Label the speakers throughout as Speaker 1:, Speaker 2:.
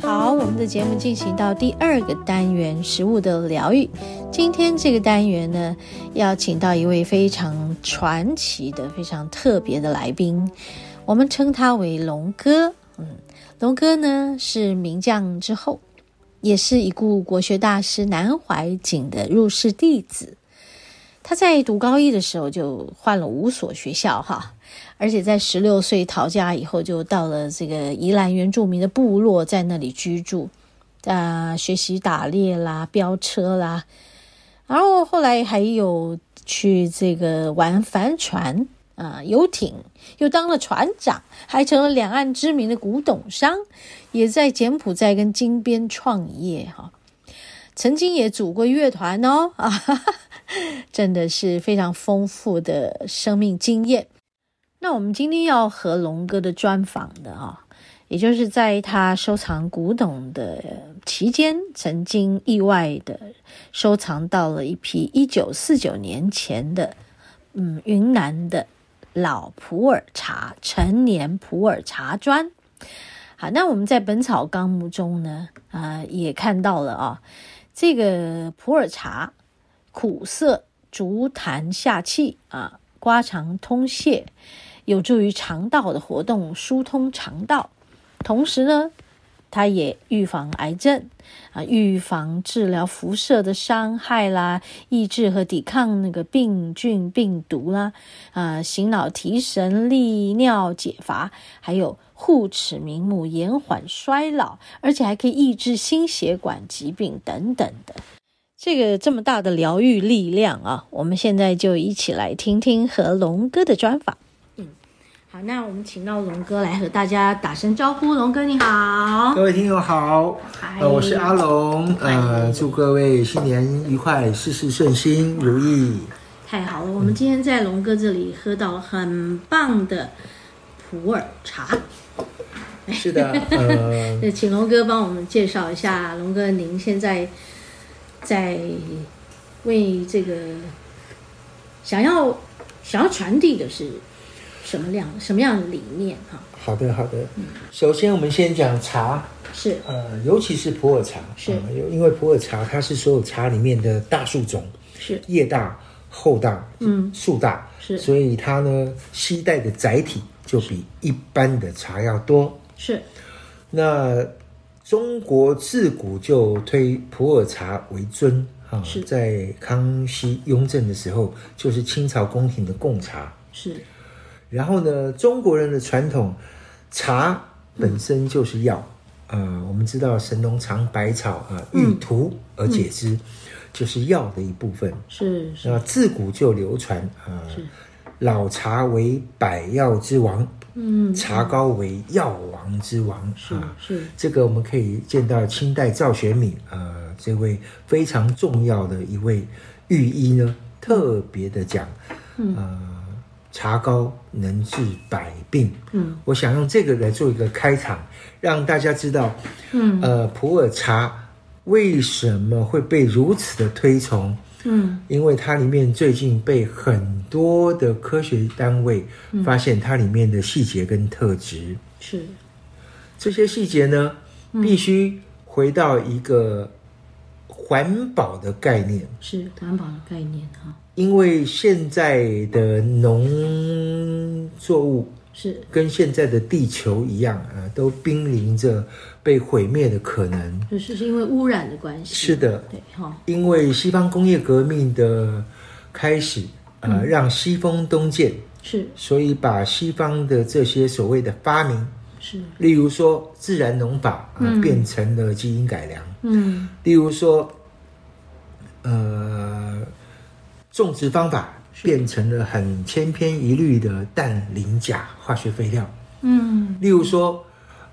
Speaker 1: 好，我们的节目进行到第二个单元——食物的疗愈。今天这个单元呢，要请到一位非常传奇的、非常特别的来宾，我们称他为龙哥。嗯，龙哥呢是名将之后，也是已故国学大师南怀瑾的入室弟子。他在读高一的时候就换了五所学校哈，而且在十六岁逃家以后，就到了这个宜兰原住民的部落，在那里居住，啊、学习打猎啦、飙车啦，然后后来还有去这个玩帆船啊、游艇，又当了船长，还成了两岸知名的古董商，也在柬埔寨跟金边创业哈、曾经也组过乐团哦啊。哈哈真的是非常丰富的生命经验。那我们今天要和龙哥的专访的啊、也就是在他收藏古董的期间，曾经意外的收藏到了一批一九四九年前的，嗯，云南的老普洱茶陈年普洱茶砖。好，那我们在《本草纲目》中呢，啊、也看到了啊，这个普洱茶苦涩、竹痰下气啊，刮肠通泄，有助于肠道的活动，疏通肠道。同时呢，它也预防癌症啊，预防治疗辐射的伤害啦，抑制和抵抗那个病菌、病毒啦，啊，醒脑提神、利尿解乏，还有护齿明目、延缓衰老，而且还可以抑制心血管疾病等等的。这个这么大的疗愈力量啊，我们现在就一起来听听和龙哥的专访。嗯，好，那我们请到龙哥来和大家打声招呼。龙哥你好，
Speaker 2: 各位听友好，
Speaker 1: 嗨
Speaker 2: 呃，我是阿龙，呃，祝各位新年愉快，事事顺心如 意。
Speaker 1: 太好了，我们今天在龙哥这里喝到了很棒的普洱茶。
Speaker 2: 是的，呃，
Speaker 1: 那请龙哥帮我们介绍一下，龙哥您现在在为这个想要想要传递的是什么样什么样的理念哈、
Speaker 2: 好的好的。首先，我们先讲茶，
Speaker 1: 是
Speaker 2: 呃，尤其是普洱茶，
Speaker 1: 是
Speaker 2: 呃因因为普洱茶它是所有茶里面的大树种，
Speaker 1: 是
Speaker 2: 叶大、厚大、
Speaker 1: 嗯，
Speaker 2: 树大，
Speaker 1: 是
Speaker 2: 所以它呢吸带的载体就比一般的茶要多。
Speaker 1: 是
Speaker 2: 那中国自古就推普洱茶为尊啊
Speaker 1: 是，
Speaker 2: 在康熙、雍正的时候，就是清朝宫廷的贡茶。
Speaker 1: 是
Speaker 2: 然后呢，中国人的传统，茶本身就是药。呃，我们知道神农尝百草啊，
Speaker 1: 嗯
Speaker 2: 欲图而解之，就是药的一部分。
Speaker 1: 是是
Speaker 2: 那自古就流传啊、呃老茶为百药之王，
Speaker 1: 嗯
Speaker 2: 茶膏为药王之王
Speaker 1: 是
Speaker 2: 啊。
Speaker 1: 是
Speaker 2: 这个我们可以见到清代赵玄敏，呃，这位非常重要的一位御医呢，特别的讲，
Speaker 1: 嗯
Speaker 2: 呃，茶膏能治百病。
Speaker 1: 嗯
Speaker 2: 我想用这个来做一个开场，让大家知道，
Speaker 1: 嗯
Speaker 2: 呃，普洱茶为什么会被如此的推崇？
Speaker 1: 嗯
Speaker 2: 因为它里面最近被很多的科学单位
Speaker 1: 嗯
Speaker 2: 发现它里面的细节跟特质。
Speaker 1: 是
Speaker 2: 这些细节呢，必须回到一个环保的概念，
Speaker 1: 是环保的概念哈、
Speaker 2: 因为现在的农作物
Speaker 1: 是
Speaker 2: 跟现在的地球一样啊，都濒临着被毁灭的可能。
Speaker 1: 就是是因为污染的关系
Speaker 2: 是的，
Speaker 1: 对哈、
Speaker 2: 因为西方工业革命的开始，呃，让西风东渐，
Speaker 1: 是
Speaker 2: 所以把西方的这些所谓的发明，
Speaker 1: 是
Speaker 2: 例如说自然农法啊、变成了基因改良。
Speaker 1: 嗯
Speaker 2: 例如说，呃，种植方法变成了很千篇一律的氮磷钾化学肥料。
Speaker 1: 嗯
Speaker 2: 例如说，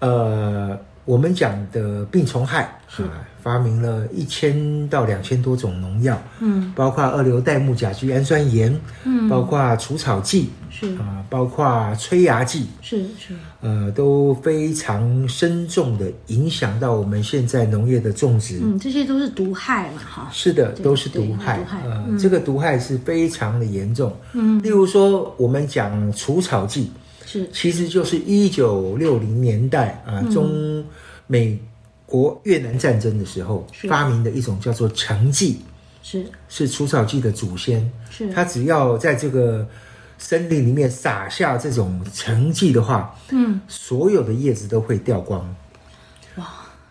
Speaker 2: 呃，我们讲的病虫害
Speaker 1: 是
Speaker 2: 啊发明了一千到两千多种农药，
Speaker 1: 嗯
Speaker 2: 包括二硫代木甲基氨酸盐，
Speaker 1: 嗯，
Speaker 2: 包括除草剂
Speaker 1: 是
Speaker 2: 啊、包括催芽剂，
Speaker 1: 是是，
Speaker 2: 呃，都非常深重的影响到我们现在农业的种植。
Speaker 1: 嗯，这些都是毒害嘛，哈，
Speaker 2: 是的，
Speaker 1: 对
Speaker 2: 都是
Speaker 1: 对
Speaker 2: 毒害，
Speaker 1: 毒害
Speaker 2: 呃，
Speaker 1: 嗯
Speaker 2: 这个毒害是非常的严重。
Speaker 1: 嗯
Speaker 2: 例如说，我们讲除草剂，
Speaker 1: 是
Speaker 2: 其实就是一九六零年代啊、
Speaker 1: 嗯
Speaker 2: 中美国越南战争的时候
Speaker 1: 是
Speaker 2: 发明的一种叫做橙剂，
Speaker 1: 是
Speaker 2: 是除草剂的祖先。
Speaker 1: 是，
Speaker 2: 它只要在这个森林里面撒下这种橙剂的话，
Speaker 1: 嗯
Speaker 2: 所有的叶子都会掉光。
Speaker 1: 哇，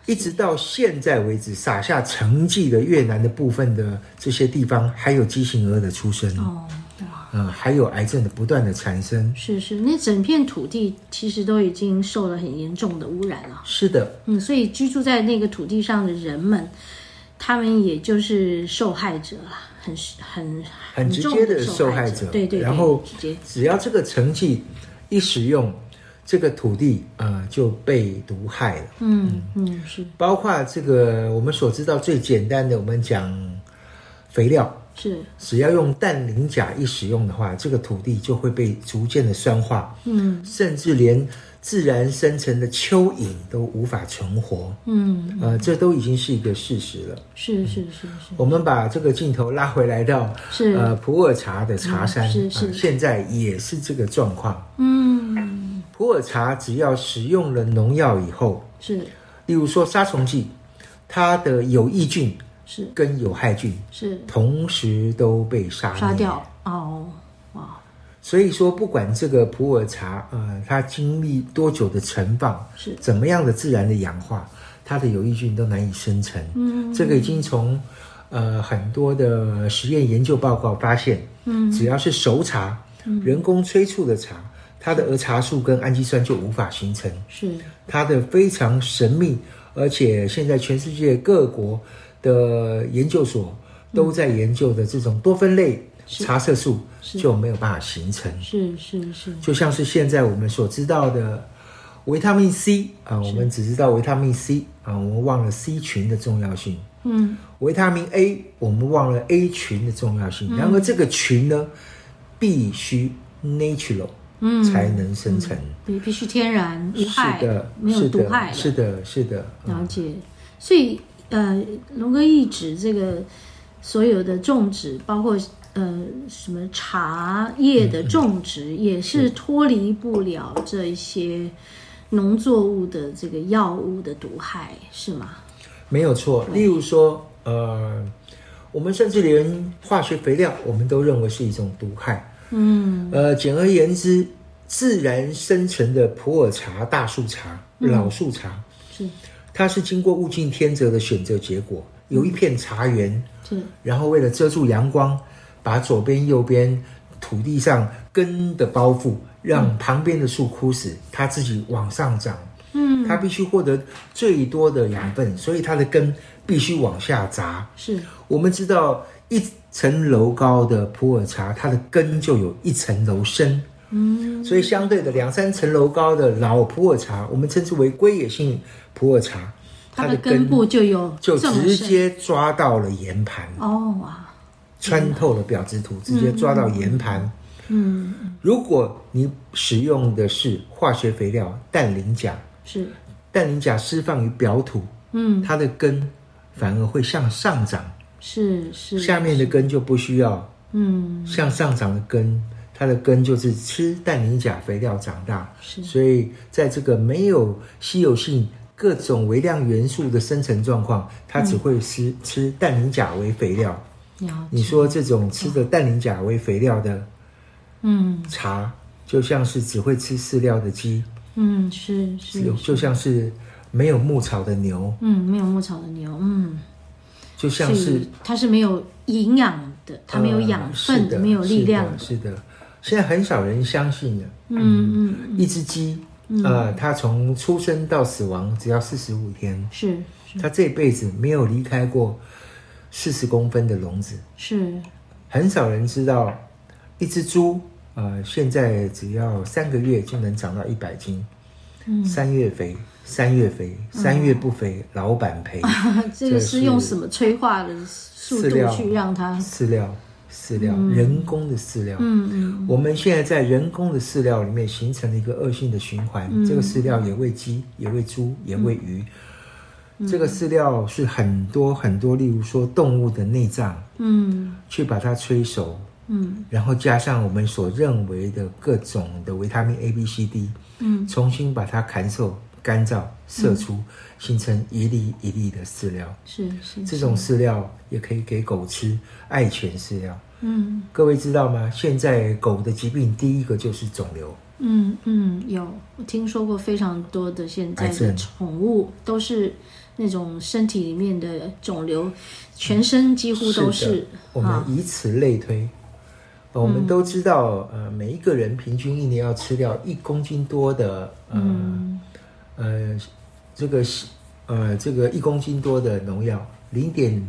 Speaker 2: 一直到现在为止，撒下成绩的越南的部分的这些地方，还有畸形儿的出生，
Speaker 1: 哦哇。
Speaker 2: 嗯、还有癌症的不断的产生。
Speaker 1: 是是，那整片土地其实都已经受了很严重的污染了。
Speaker 2: 是的，
Speaker 1: 嗯，所以居住在那个土地上的人们，他们也就是受害者啦，很很
Speaker 2: 很直
Speaker 1: 重
Speaker 2: 接的
Speaker 1: 受
Speaker 2: 受害
Speaker 1: 者
Speaker 2: 者。
Speaker 1: 对对对，
Speaker 2: 然后嗯
Speaker 1: 直接
Speaker 2: 只要这个成绩一使用，这个土地呃就被毒害了。
Speaker 1: 嗯嗯是
Speaker 2: 包括这个我们所知道最简单的，我们讲肥料，
Speaker 1: 是
Speaker 2: 只要用氮磷钾一使用的话，这个土地就会被逐渐的酸化。
Speaker 1: 嗯
Speaker 2: 甚至连自然生成的蚯蚓都无法存活，
Speaker 1: 嗯
Speaker 2: 呃，这都已经是一个事实了。
Speaker 1: 是是是是
Speaker 2: 我们把这个镜头拉回来到
Speaker 1: 是
Speaker 2: 呃普洱茶的茶山，
Speaker 1: 嗯是是
Speaker 2: 呃现在也是这个状况。
Speaker 1: 嗯
Speaker 2: 普洱茶只要使用了农药以后，
Speaker 1: 是
Speaker 2: 例如说杀虫剂，它的有益菌
Speaker 1: 是
Speaker 2: 跟有害菌
Speaker 1: 是
Speaker 2: 同时都被杀
Speaker 1: 刷
Speaker 2: 灭
Speaker 1: 掉哦哇
Speaker 2: 所以说，不管这个普洱茶，呃，它经历多久的存放，
Speaker 1: 是
Speaker 2: 怎么样的自然的氧化，它的有益菌都难以生成。
Speaker 1: 嗯
Speaker 2: 这个已经从呃很多的实验研究报告发现，
Speaker 1: 嗯
Speaker 2: 只要是熟茶、人工催促的茶，它的儿茶素跟氨基酸就无法形成。
Speaker 1: 是
Speaker 2: 它的非常神秘，而且现在全世界各国的研究所都在研究的这种多酚类茶色素就没有办法形成。
Speaker 1: 是是是
Speaker 2: 就像是现在我们所知道的维他命 C 啊、我们只知道维他命 C 啊、我们忘了 C 群的重要性。
Speaker 1: 嗯
Speaker 2: 维他命 A 我们忘了 A 群的重要
Speaker 1: 嗯
Speaker 2: 性。然而这个群呢，必须 natural
Speaker 1: 嗯
Speaker 2: 才能生成。
Speaker 1: 必必须天然无害
Speaker 2: 是的，
Speaker 1: 没有
Speaker 2: 是
Speaker 1: 毒害
Speaker 2: 的，是的，是的。啊
Speaker 1: 了解，所以呃，龙哥一直这个所有的种植，包括呃什么茶叶的种植，也是脱离不了这一些农作物的这个药物的毒害，是吗？
Speaker 2: 没有错。例如说，呃，我们甚至连化学肥料，我们都认为是一种毒害。
Speaker 1: 嗯
Speaker 2: 呃，简而言之，自然生成的普洱茶、大树茶、老树茶，
Speaker 1: 是
Speaker 2: 它是经过物竞天择的选择结果。有一片茶园，
Speaker 1: 是
Speaker 2: 然后为了遮住阳光，把左边、右边土地上根的包覆，让旁边的树枯死，它自己往上长。
Speaker 1: 嗯
Speaker 2: 它必须获得最多的养分，所以它的根必须往下砸。
Speaker 1: 是
Speaker 2: 我们知道，一层楼高的普洱茶，它的根就有一层楼深。
Speaker 1: 嗯
Speaker 2: 所以，相对的，两三层楼高的老普洱茶，我们称之为龟野性普洱茶，
Speaker 1: 它的根部就有
Speaker 2: 就
Speaker 1: 这么
Speaker 2: 直
Speaker 1: 深
Speaker 2: 接抓到了岩盘，
Speaker 1: 哦哇，
Speaker 2: 穿透了表质土，直接抓到岩盘。
Speaker 1: 嗯
Speaker 2: 如果你使用的是化学肥料氮磷钾，
Speaker 1: 是
Speaker 2: 氮磷钾释放于表土，
Speaker 1: 嗯
Speaker 2: 它的根反而会向上长，
Speaker 1: 是是
Speaker 2: 下面的根就不需要
Speaker 1: 嗯
Speaker 2: 向上长的根，它的根就是吃氮磷钾肥料长大。
Speaker 1: 是
Speaker 2: 所以在这个没有稀有性各种微量元素的生成状况，
Speaker 1: 嗯
Speaker 2: 它只会吃吃氮磷钾为肥料。
Speaker 1: 了
Speaker 2: 你说这种吃的氮磷钾为肥料的
Speaker 1: 嗯
Speaker 2: 茶，就像是只会吃饲料的鸡，
Speaker 1: 嗯是是
Speaker 2: 就就像是没有牧草的牛，
Speaker 1: 嗯，没有牧草的牛，嗯，
Speaker 2: 就像
Speaker 1: 所
Speaker 2: 是
Speaker 1: 以它是没有营养的，它没有养
Speaker 2: 呃是
Speaker 1: 分
Speaker 2: 的
Speaker 1: 没有力量的，
Speaker 2: 是的。是的现在很少人相信的，
Speaker 1: 嗯嗯，
Speaker 2: 一只鸡，呃，它从出生到死亡只要四十五天，
Speaker 1: 是
Speaker 2: 它这辈子没有离开过四十公分的笼子。
Speaker 1: 是
Speaker 2: 很少人知道，一只猪，呃，现在只要三个月就能长到一百斤。
Speaker 3: 嗯
Speaker 2: 三月肥，三月肥，三月不肥，老板赔。
Speaker 3: 这个是用什么催化的 速
Speaker 2: 饲
Speaker 3: 度
Speaker 2: 料
Speaker 3: 去让它？
Speaker 2: 饲料，饲料，人工的饲料。
Speaker 3: 嗯
Speaker 2: 我们现在在人工的饲料里面形成了一个恶性的循环，
Speaker 3: 嗯
Speaker 2: 这个饲料也喂鸡，也喂猪，也喂鱼。
Speaker 3: 嗯
Speaker 2: 这个饲料是很多很多，例如说动物的内脏，
Speaker 3: 嗯
Speaker 2: 去把它催熟，
Speaker 3: 嗯
Speaker 2: 然后加上我们所认为的各种的维他命 A、B、C、D，
Speaker 3: 嗯
Speaker 2: 重新把它砍瘦、干燥、射出，形成一粒一粒的饲料。
Speaker 3: 是是
Speaker 2: 这种饲料也可以给狗吃，爱犬饲料。
Speaker 3: 嗯
Speaker 2: 各位知道吗？现在狗的疾病第一个就是肿瘤，
Speaker 3: 嗯嗯有，我听说过非常多的现在
Speaker 2: 癌
Speaker 3: 的
Speaker 2: 症
Speaker 3: 宠物都是那种身体里面的肿瘤，全身几乎都
Speaker 2: 是的
Speaker 3: 是啊嗯
Speaker 2: 我们以此类推。呃我们都知道，呃，每一个人平均一年要吃掉一公斤多的，呃、
Speaker 3: 嗯
Speaker 2: 呃，这个是呃，这个一公斤多的农药，零点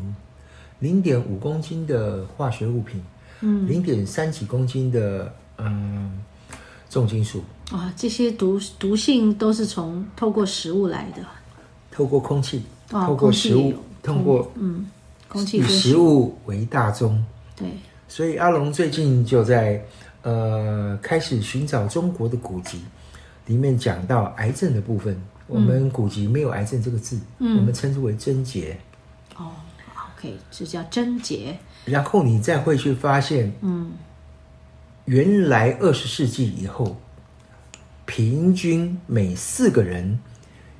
Speaker 2: 零点五公斤的化学物品，
Speaker 3: 嗯
Speaker 2: 零点三几公斤的嗯重金属，
Speaker 3: 啊，这些毒毒性都是从透过食物来的，
Speaker 2: 透过空气，
Speaker 3: 啊
Speaker 2: 透过食
Speaker 3: 空气也
Speaker 2: 物
Speaker 3: 有，
Speaker 2: 透过
Speaker 3: 嗯，空气
Speaker 2: 以
Speaker 3: 跟
Speaker 2: 食物为大宗，
Speaker 3: 对，
Speaker 2: 所以阿龙最近就在呃开始寻找中国的古籍，里面讲到癌症的部分。我们古籍没有癌症这个字，
Speaker 3: 嗯
Speaker 2: 我们称之为症结。
Speaker 3: 哦，OK，这叫贞洁，
Speaker 2: 然后你再会去发现，
Speaker 3: 嗯
Speaker 2: 原来二十世纪以后，平均每四个人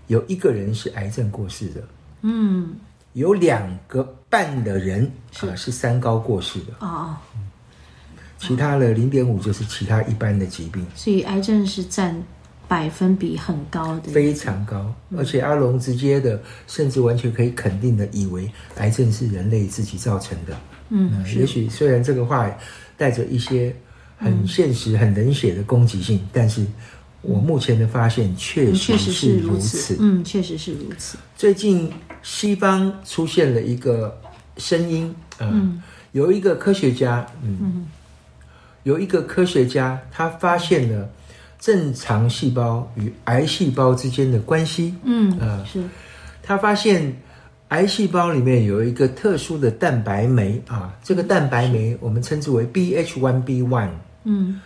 Speaker 2: 有一个人是癌症过世的，
Speaker 3: 嗯，
Speaker 2: 有两个半的人啊、呃是三高过世的，
Speaker 3: 哦哦，
Speaker 2: 其他的零点五就是其他一般的疾病。
Speaker 3: 所以癌症是占百分比很高的，
Speaker 2: 非常高，而且阿龙直接的，甚至完全可以肯定的，以为癌症是人类自己造成的。
Speaker 3: 嗯
Speaker 2: 嗯，也许虽然这个话带着一些很现实、很冷血的攻击性，但是我目前的发现嗯确
Speaker 3: 嗯确实
Speaker 2: 实
Speaker 3: 是
Speaker 2: 是
Speaker 3: 如
Speaker 2: 如
Speaker 3: 此
Speaker 2: 此，。
Speaker 3: 嗯，确实是如此，
Speaker 2: 最近西方出现了一个声音，嗯，有一个科学家，嗯，有一个科学家，他发现了正常细胞与癌细胞之间的关系。
Speaker 3: 嗯，
Speaker 2: 呃
Speaker 3: 是，
Speaker 2: 他发现癌细胞里面有一个特殊的蛋白酶啊，这个蛋白酶我们称之为 BH1B1，
Speaker 3: 嗯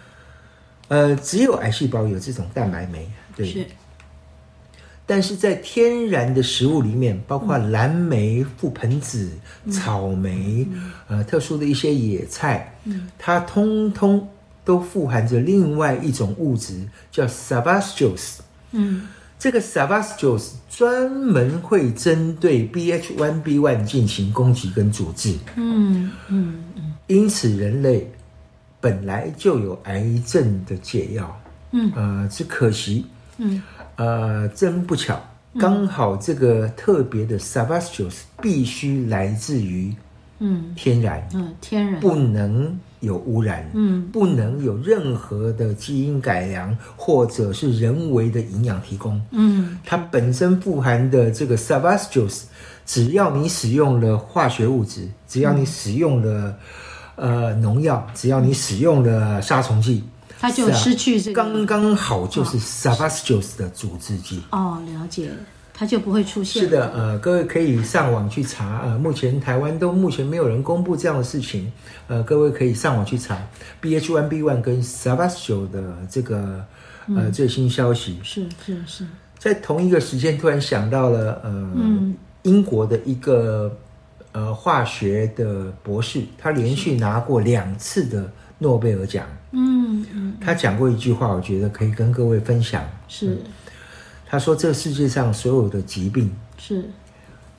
Speaker 2: 呃，只有癌细胞有这种蛋白酶，对，
Speaker 3: 是，
Speaker 2: 但是在天然的食物里面，包括蓝莓、覆盆子、草莓，呃，特殊的一些野菜，它通通都富含着另外一种物质，叫 sabastose。
Speaker 3: 嗯
Speaker 2: 这个 sabastose 专门会针对 BH1B1 进行攻击跟阻滞，
Speaker 3: 嗯嗯
Speaker 2: 因此人类本来就有癌症的解药。
Speaker 3: 嗯，
Speaker 2: 呃，只可惜
Speaker 3: 嗯
Speaker 2: 呃，真不巧，刚好这个特别的 Savastus 必须来自于
Speaker 3: 嗯
Speaker 2: 天然，
Speaker 3: 嗯，天然，
Speaker 2: 不能有污染，
Speaker 3: 嗯
Speaker 2: 不能有任何的基因改良或者是人为的营养提供。
Speaker 3: 嗯
Speaker 2: 它本身富含的这个 Savastus，只要你使用了化学物质，只要你使用了、
Speaker 3: 嗯
Speaker 2: 呃农药，只要你使用了杀虫剂，啊
Speaker 3: 它就失去这个啊
Speaker 2: 刚刚好就是 Savastus 的阻滞剂。
Speaker 3: 哦，了解了，它就不会出现，
Speaker 2: 是的，，呃，各位可以上网去查，呃，目前台湾都目前没有人公布这样的事情，呃，各位可以上网去查 BH1B1 跟 s a v a s t o 的这个呃最新消息，
Speaker 3: 是是是，
Speaker 2: 在同一个时间突然想到了，呃，英国的一个呃化学的博士，他连续拿过两次的诺贝尔奖，
Speaker 3: 嗯嗯
Speaker 2: 他讲过一句话，我觉得可以跟各位分享，
Speaker 3: 是
Speaker 2: 嗯他说这世界上所有的疾病。
Speaker 3: 是，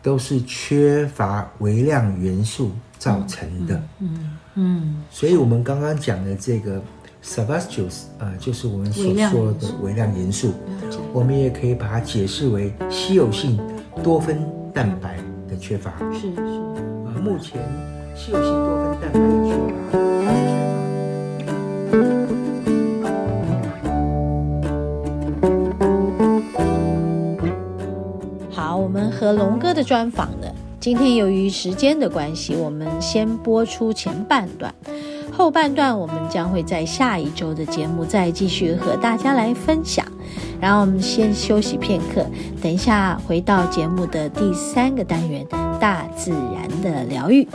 Speaker 2: 都是缺乏微量元素造成的。
Speaker 3: 嗯嗯
Speaker 2: 所以我们刚刚讲的这个 s a b a s t u s 啊、就是我们所
Speaker 3: 微量
Speaker 2: 说
Speaker 3: 元素
Speaker 2: 的微量元素，
Speaker 3: 了解。
Speaker 2: 我们也可以把它解释为稀有性多酚蛋白的缺乏。
Speaker 3: 是是。
Speaker 2: 呃目前稀有性多酚蛋白的缺乏。它是缺乏的
Speaker 1: 好，我们和龙哥的专访呢，今天由于时间的关系，我们先播出前半段。后半段我们将会在下一周的节目再继续和大家来分享。然后我们先休息片刻，等一下回到节目的第三个单元——大自然的疗愈。